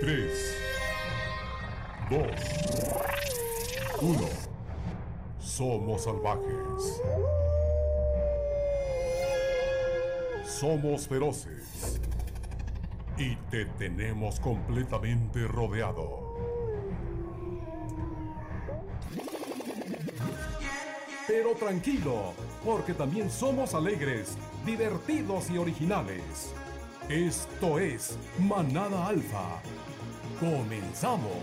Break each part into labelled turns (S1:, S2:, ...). S1: 3, 2, 1. Somos salvajes. Somos feroces. Y te tenemos completamente rodeado.
S2: Pero tranquilo, porque también somos alegres, divertidos y originales. Esto es Manada Alfa. Comenzamos.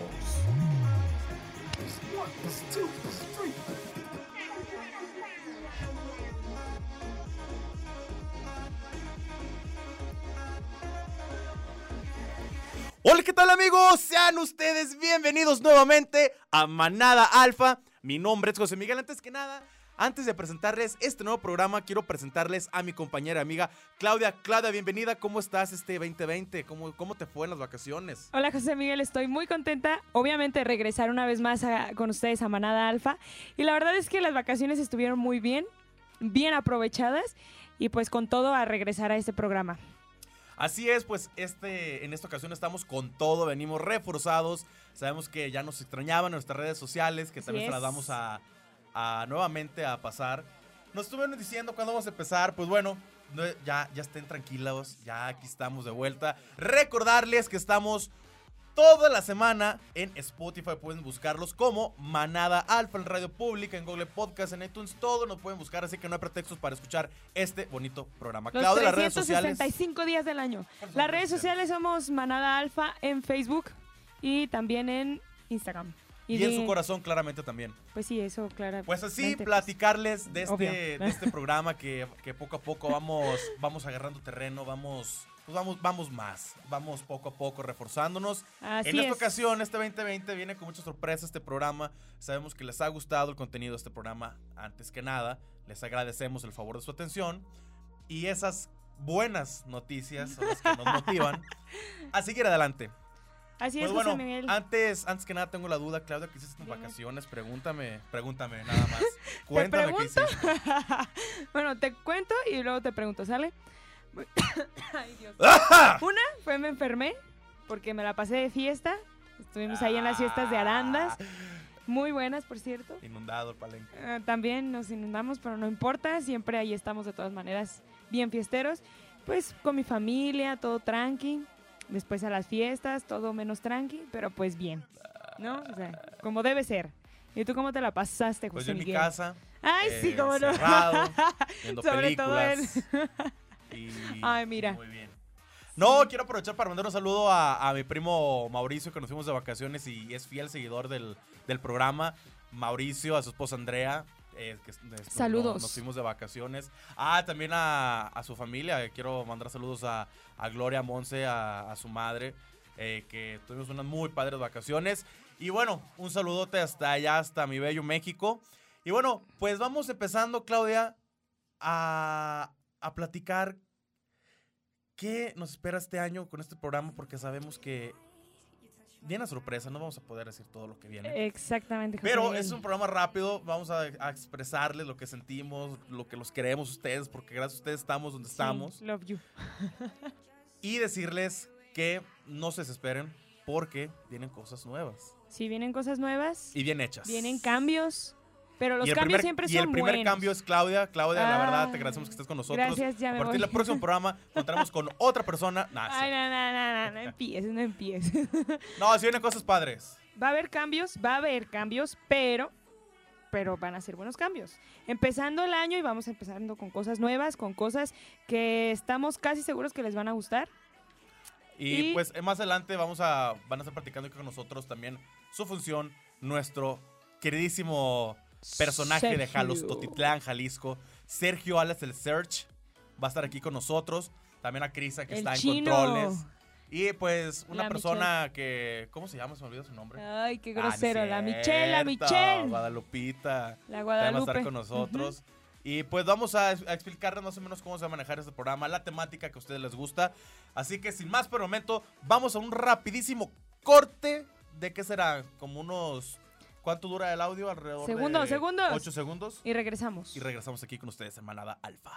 S3: Hola, ¿qué tal amigos? Sean ustedes bienvenidos nuevamente a Manada Alfa. Mi nombre es José Miguel. Antes que nada, antes de presentarles este nuevo programa, quiero presentarles a mi compañera y amiga Claudia. Claudia, bienvenida. ¿Cómo estás este 2020? ¿Cómo, cómo te fue en las vacaciones?
S4: Hola José Miguel, estoy muy contenta, obviamente, de regresar una vez más a- con ustedes a Manada Alfa. Y la verdad es que las vacaciones estuvieron muy bien, bien aprovechadas y pues con todo a regresar a este programa.
S3: Así es, pues este, en esta ocasión estamos con todo, venimos reforzados. Sabemos que ya nos extrañaban nuestras redes sociales, que
S4: Así
S3: también se las
S4: es.
S3: vamos a, a nuevamente a pasar. Nos estuvieron diciendo cuándo vamos a empezar, pues bueno, no- ya, ya estén tranquilos, ya aquí estamos de vuelta. Recordarles que estamos toda la semana en Spotify, pueden buscarlos como Manada Alfa en Radio Pública, en Google Podcast, en iTunes, todo nos pueden buscar, así que no hay pretextos para escuchar este bonito programa.
S4: Los
S3: Claudia, las redes sociales.
S4: 365 días del año.
S3: ¿Cuáles son
S4: Las
S3: las
S4: redes sociales somos Manada Alfa en Facebook y también en Instagram.
S3: Y en
S4: de-
S3: su corazón, claramente también.
S4: Pues sí, eso, claro.
S3: Pues así,
S4: Vente,
S3: platicarles de
S4: obvio.
S3: este, de este programa que, que poco a poco vamos, vamos agarrando terreno, vamos, pues vamos, vamos más, vamos poco a poco reforzándonos.
S4: Así
S3: en esta
S4: es.
S3: ocasión, este 2020 viene con muchas sorpresas este programa. Sabemos que les ha gustado el contenido de este programa. Antes que nada, les agradecemos el favor de su atención y esas buenas noticias son las que nos motivan a seguir adelante.
S4: Así
S3: Pues
S4: es,
S3: bueno,
S4: José Miguel.
S3: antes, antes que nada tengo la duda, Claudia, ¿qué hiciste en
S4: Dime.
S3: vacaciones? Pregúntame, pregúntame nada más. Cuéntame qué
S4: pregunto?
S3: hiciste.
S4: bueno, te cuento y luego te pregunto, ¿sale? Ay, Dios.
S3: ¡Ajá!
S4: Una fue me enfermé porque me la pasé de fiesta. Estuvimos ahí en las fiestas de Arandas,
S3: Ah.
S4: muy buenas, por cierto.
S3: Inundado el palenque.
S4: Eh, también nos inundamos, pero no importa, siempre ahí estamos de todas maneras, bien fiesteros. Pues con mi familia, todo tranqui. Después a las fiestas, todo menos tranqui, pero pues bien, ¿no? O sea, como debe ser. ¿Y tú cómo te la pasaste,
S3: Pues
S4: José
S3: yo en mi
S4: Miguel?
S3: casa,
S4: Ay, sí,
S3: eh,
S4: cómo no.
S3: encerrado, viendo
S4: Sobre todo
S3: películas. y-
S4: Ay, mira.
S3: Muy bien. No, quiero aprovechar para mandar un saludo a, a mi primo Mauricio, que nos fuimos de vacaciones y es fiel seguidor del, del programa. Mauricio, a su esposa Andrea. eh, que es- estu- no,
S4: Saludos.
S3: Nos fuimos de vacaciones. Ah, también a, a su familia. eh, Quiero mandar saludos a, a Gloria Monse, a, a su madre, eh, que tuvimos unas muy padres vacaciones. Y bueno, un saludote hasta allá, hasta mi bello México. Y bueno, pues vamos empezando, Claudia, a, a platicar qué nos espera este año con este programa, porque sabemos que viene a sorpresa, no vamos a poder decir todo lo que viene.
S4: Exactamente, Eh,
S3: ¿eh?
S4: José
S3: pero
S4: Miguel.
S3: es un programa rápido, vamos a, a expresarles lo que sentimos, lo que los queremos a ustedes, porque gracias a ustedes estamos donde
S4: Sí,
S3: estamos.
S4: love you.
S3: Y decirles que no se desesperen, porque vienen cosas nuevas
S4: Sí, vienen cosas nuevas.
S3: y bien hechas.
S4: Vienen cambios, pero los
S3: Y el
S4: cambios
S3: primer-
S4: siempre
S3: y
S4: son
S3: el primer
S4: buenos.
S3: cambio es Claudia. Claudia, la verdad,
S4: Ah,
S3: te agradecemos que estés con nosotros.
S4: Gracias, ya
S3: a
S4: me
S3: partir
S4: voy.
S3: del próximo programa, encontramos con otra persona. Nah,
S4: Ay,
S3: sí.
S4: no, no, no, no, no empieces, no empieces.
S3: no, sí vienen cosas padres.
S4: Va a haber cambios, va a haber cambios, pero pero van a ser buenos cambios. Empezando el año y vamos empezando con cosas nuevas, con cosas que estamos casi seguros que les van a gustar.
S3: Y,
S4: Y-
S3: pues eh, más adelante vamos a, van a estar platicando aquí con nosotros también su función, nuestro queridísimo personaje de
S4: Sergio.
S3: Jalos Totitlán, Jalisco, Sergio Alas el Search, va a estar aquí con nosotros. También a Crisa que
S4: El
S3: está
S4: chino.
S3: en controles. Y pues una
S4: La
S3: persona que. ¿cómo se llama? Se me olvidó su nombre.
S4: Ay, qué
S3: Ah, no es
S4: grosero, la Michelle, la
S3: cierto,
S4: Michelle.
S3: Guadalupita.
S4: La
S3: También va a
S4: Guadalupe.
S3: estar con nosotros. Y pues vamos a, a explicarles más o menos cómo se va a manejar este programa, la temática que a ustedes les gusta. Así que sin más por el momento, vamos a un rapidísimo corte de qué será, como unos... ¿Cuánto dura el audio? Alrededor
S4: Segundos,
S3: de
S4: segundos.
S3: 8 segundos.
S4: Y regresamos.
S3: Y regresamos aquí con ustedes en Manada Alfa.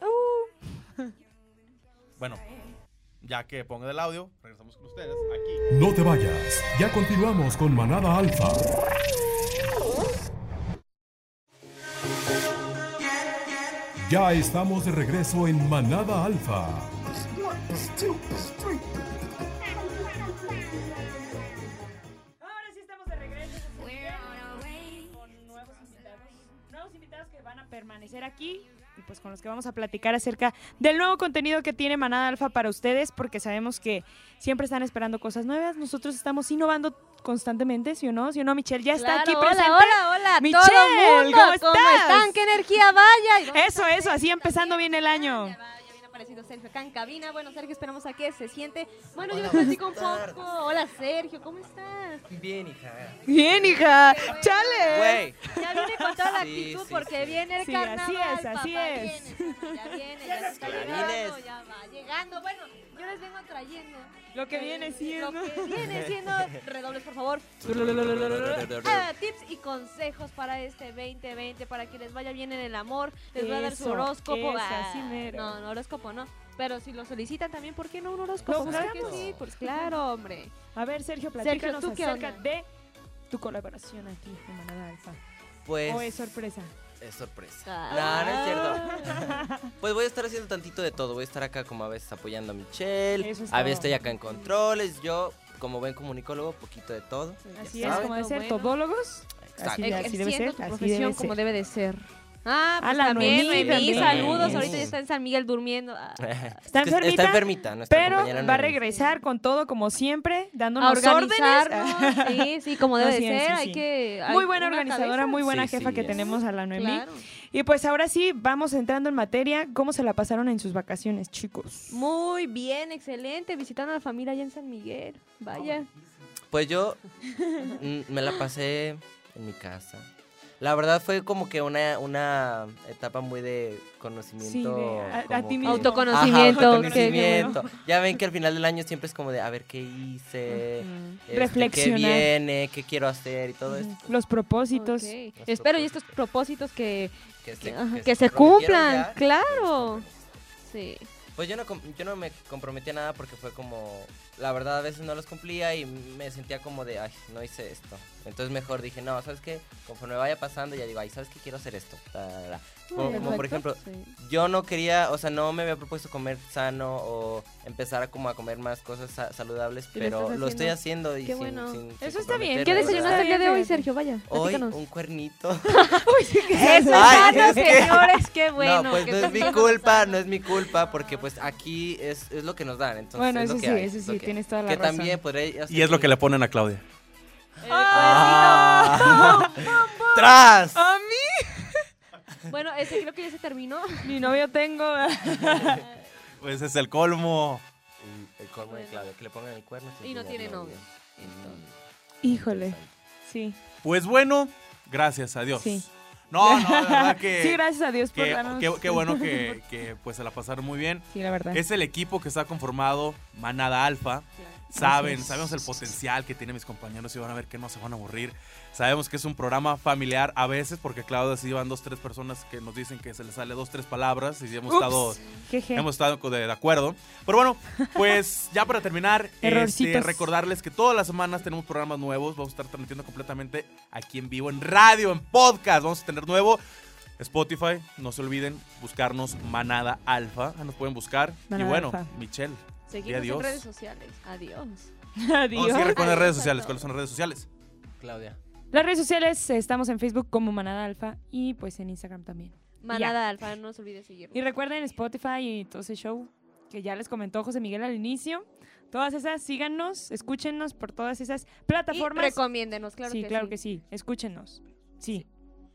S4: Uh,
S3: Bueno, ya que pongan el audio, regresamos con ustedes aquí.
S2: No te vayas, ya continuamos con Manada Alfa. Ya estamos de regreso en Manada Alfa.
S4: Ahora sí estamos de regreso con nuevos invitados. Nuevos invitados que van a permanecer aquí y pues con los que vamos a platicar acerca del nuevo contenido que tiene Manada Alfa para ustedes, porque sabemos que siempre están esperando cosas nuevas. Nosotros estamos innovando constantemente, ¿sí o no? ¿Sí o no, Michelle? Ya está
S5: Claro,
S4: aquí
S5: hola,
S4: presente.
S5: Hola, hola,
S4: Michelle,
S5: todo mundo,
S4: ¿cómo estás?
S5: están? ¿Qué energía vaya? Y vamos
S4: Eso,
S5: a-
S4: eso, así empezando bien el año.
S5: Ya va, ya viene apareciendo Sergio acá en cabina. Bueno, Sergio, esperamos a que se siente. Bueno, yo les platico un poco. Hola, Sergio, ¿cómo estás?
S6: Bien, hija.
S4: Bien, hija. Chale.
S6: Güey.
S5: Ya viene con toda la
S6: Sí,
S5: actitud
S6: sí,
S5: porque
S6: sí.
S5: viene el
S4: Sí,
S5: carnaval.
S4: así es,
S5: papá,
S4: así
S5: viene,
S4: es.
S5: papá, ya viene, ya está llegando,
S6: clarines.
S5: ya va llegando. Bueno, yo les vengo trayendo.
S4: Lo que
S5: eh,
S4: viene siendo.
S5: Lo que viene siendo. Redobles, por favor. Ah, tips y consejos para este 2020 para que les vaya bien en el amor. Les va a dar su
S4: Eso,
S5: horóscopo.
S4: eso,
S5: Ah,
S4: así mero.
S5: no, no, horóscopo no. Pero si lo solicitan también, ¿por qué no un horóscopo?
S4: Lo
S5: Claro que
S4: buscamos.
S5: sí, pues claro, hombre.
S4: A ver, Sergio,
S5: Sergio,
S4: platícanos
S5: ¿tú qué
S4: acerca
S5: onda?
S4: de tu colaboración aquí en Manada Alfa.
S6: Pues
S4: ¿O es sorpresa?
S6: es sorpresa.
S5: Ah.
S6: No, no es cierto. Pues voy a estar haciendo tantito de todo. Voy a estar acá como a veces apoyando a Michelle.
S4: Eso es
S6: a
S4: todo.
S6: veces estoy acá en controles. Yo, como buen comunicólogo, poquito de todo.
S4: Así
S6: Ya
S4: es,
S6: saben.
S4: como de ser
S5: Bueno.
S4: todólogos.
S6: Exacto.
S4: Sí, así debe
S5: Ejerciendo
S4: ser,
S5: tu
S4: así
S5: profesión
S4: debe
S5: como
S4: ser.
S5: debe de ser. Ah,
S4: Ah,
S5: pues
S4: la
S5: también,
S4: Noemí
S5: Noemí,
S4: también.
S5: saludos.
S6: Sí.
S5: Ahorita ya está en San Miguel durmiendo. Ah,
S4: Está
S6: Es que
S4: enfermita,
S6: Está enfermita, nuestra
S4: Pero
S6: compañera
S4: va a
S6: Noemí.
S4: regresar con todo como siempre,
S5: a
S4: dándonos órdenes.
S5: organizarnos. Sí, sí, como debe
S4: No,
S5: de
S4: sí, sí,
S5: ser.
S4: sí.
S5: Hay que. hay
S4: Muy buena
S5: una
S4: organizadora,
S5: cabeza.
S4: muy buena
S6: Sí,
S4: jefa
S6: sí,
S4: que
S6: es.
S4: tenemos a la Noemí.
S5: Claro.
S4: Y pues ahora sí, vamos entrando en materia. ¿Cómo se la pasaron en sus vacaciones, chicos?
S5: Muy bien, excelente. Visitando a la familia allá en San Miguel. Vaya.
S6: Pues yo mm, me la pasé en mi casa. La verdad fue como que una, una etapa muy de conocimiento.
S4: a- a ti
S6: como que-
S4: mismo.
S6: Ajá,
S5: Autoconocimiento. que- que
S6: autoconocimiento. Ya ven que al final del año siempre es como de a ver qué hice, este,
S4: Reflexionar.
S6: qué viene, qué quiero hacer y todo esto.
S4: Los propósitos.
S5: Ok.
S6: Los
S5: Espero y
S6: propósitos.
S5: estos propósitos que,
S6: Que
S5: que,
S6: se,
S5: ajá,
S6: que
S5: que
S6: se
S5: se
S6: comprometieron
S5: cumplan,
S6: ya.
S5: claro. Sí.
S6: Pues yo no, com- yo no me comprometí a nada porque fue como, la verdad a veces no los cumplía y me sentía como de, ay, no hice esto. Entonces mejor dije, no, ¿sabes qué? Conforme vaya pasando ya digo, ay, ¿sabes qué? Quiero hacer esto. Ta, ta, ta. Como, como, por ejemplo,
S5: Sí.
S6: yo no quería, o sea, no me había propuesto comer sano o empezar a como a comer más cosas sa- saludables,
S5: Y lo
S6: pero
S5: estás
S6: lo estoy haciendo y
S5: Qué
S6: sin,
S5: bueno.
S6: sin- sin
S4: Eso está bien.
S6: comprometerme,
S5: ¿Qué
S6: la
S5: desayunaste
S6: verdad.
S5: el día de hoy,
S4: Fíjate.
S5: Sergio? Vaya,
S6: Hoy
S5: platícanos.
S6: un cuernito.
S5: Eso es
S6: Ay,
S5: sano,
S6: es que-
S5: señores, qué bueno.
S6: no, pues
S5: que
S6: no es
S5: están
S6: mi
S5: todos
S6: culpa,
S5: sanos.
S6: no es mi culpa, porque pues aquí es, es lo que nos dan, entonces
S4: Bueno,
S6: es
S4: eso
S6: lo
S4: sí,
S6: que hay,
S4: eso
S6: es lo
S4: sí,
S6: que-
S4: tienes toda la
S6: que
S4: razón.
S6: también podré hacer
S3: Y es lo que
S6: mi-
S3: le ponen a Claudia.
S6: Ah. ¡Tras!
S4: A mí,
S5: Bueno, ese creo que ya se terminó.
S4: mi novio tengo.
S3: Pues es el colmo.
S6: Y El colmo de Claudia, que le pongan el cuerno. sin
S5: Y no
S6: tener
S5: tiene novio.
S6: Mm,
S5: Entonces.
S4: Híjole,
S6: interesante.
S4: sí.
S3: Pues bueno, gracias a Dios.
S4: Sí.
S3: No, no, la verdad que.
S4: sí, gracias a Dios por
S3: que-
S4: darnos.
S3: que- qué bueno que, que, pues se la pasaron muy bien.
S4: Sí, la verdad.
S3: Es el equipo que está conformado, Manada Alfa. Saben,
S4: Gracias.
S3: sabemos el potencial que tienen mis compañeros y van a ver que no se van a aburrir. Sabemos que es un programa familiar a veces, porque Claudia sí van dos, tres personas que nos dicen que se les sale dos, tres palabras y hemos
S4: Ups.
S3: estado
S4: Jeje.
S3: Hemos estado co- de, de acuerdo. Pero bueno, pues ya para terminar, este,
S4: Errorcitos.
S3: recordarles que todas las semanas tenemos programas nuevos. Vamos a estar transmitiendo completamente aquí en vivo, en radio, en podcast. Vamos a tener nuevo Spotify. No se olviden buscarnos Manada Alfa. Ahí Nos pueden buscar.
S4: Manada
S3: y bueno,
S4: Alfa.
S3: Michelle.
S5: Seguimos
S3: adiós.
S5: en redes sociales. Adiós.
S4: Adiós.
S3: Vamos a seguir con las
S5: Adiós
S3: redes
S5: a
S3: sociales.
S5: todos.
S3: ¿Cuáles son las redes sociales?
S6: Claudia.
S4: Las redes sociales eh, estamos en Facebook como Manada Alfa y pues en Instagram también.
S5: Manada Alfa, no se olvide seguirnos.
S4: Y recuerden Spotify y todo ese show que ya les comentó José Miguel al inicio. Todas esas, síganos, escúchenos por todas esas plataformas.
S5: Y recomiéndenos, claro
S4: sí,
S5: que
S4: claro
S5: sí.
S4: que sí. Escúchenos. Sí,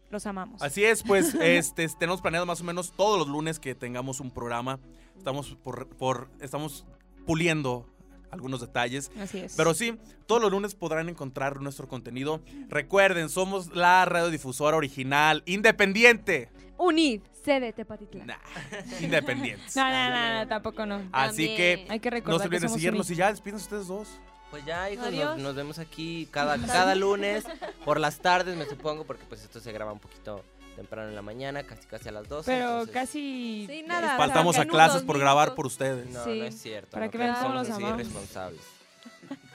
S4: los amamos.
S3: Así es, pues este, tenemos planeado más o menos todos los lunes que tengamos un programa. Estamos, por, por, estamos puliendo algunos detalles.
S4: Así es.
S3: Pero sí, todos los lunes podrán encontrar nuestro contenido. Recuerden, somos la radiodifusora original, independiente.
S5: Unid, sede Tepatitlán.
S3: Nah, independientes.
S4: no, no, no, no, tampoco no.
S3: Así que
S4: Hay que
S3: Ah,
S4: recordar
S3: no se olviden
S4: que
S3: de
S4: somos
S3: seguirnos y
S4: unidos.
S3: ya despídense ustedes dos.
S6: Pues ya, hijos,
S5: Adiós.
S6: nos, nos vemos aquí cada, cada lunes, por las tardes, me supongo, porque pues esto se graba un poquito temprano en la mañana, casi casi a las 12.
S4: Pero
S6: entonces-
S4: casi.
S5: Sí, nada,
S3: Faltamos a
S5: Sacan
S3: clases
S5: unos
S3: por grabar
S5: minutos.
S3: por ustedes.
S6: No,
S5: Sí.
S6: no es cierto.
S4: Para
S6: no
S4: que
S6: crean
S5: vean
S6: que
S5: cómo
S6: somos
S4: los
S6: así
S4: amamos.
S6: irresponsables.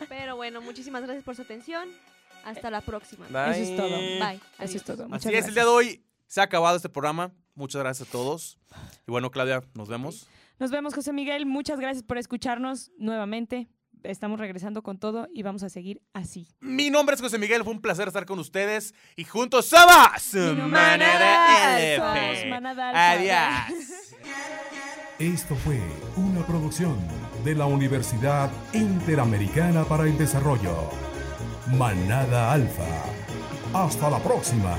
S5: Pero bueno, muchísimas gracias por su atención. Hasta la próxima.
S4: Eso es todo.
S6: Bye.
S5: Bye.
S4: Eso es
S5: Adiós.
S4: todo.
S3: Así
S4: Muchas
S3: es, el día de hoy se ha acabado este programa. Muchas gracias a todos. Y bueno, Claudia, nos vemos.
S4: Nos vemos, José Miguel. Muchas gracias por escucharnos nuevamente. Estamos regresando con todo y vamos a seguir así.
S3: Mi nombre es José Miguel, fue un placer estar con ustedes y juntos somos Manada
S4: Manada Alfa.
S3: LP.
S4: Manada Alfa.
S3: Adiós.
S2: Esto fue una producción de la Universidad Interamericana para el Desarrollo. Manada Alfa. Hasta la próxima.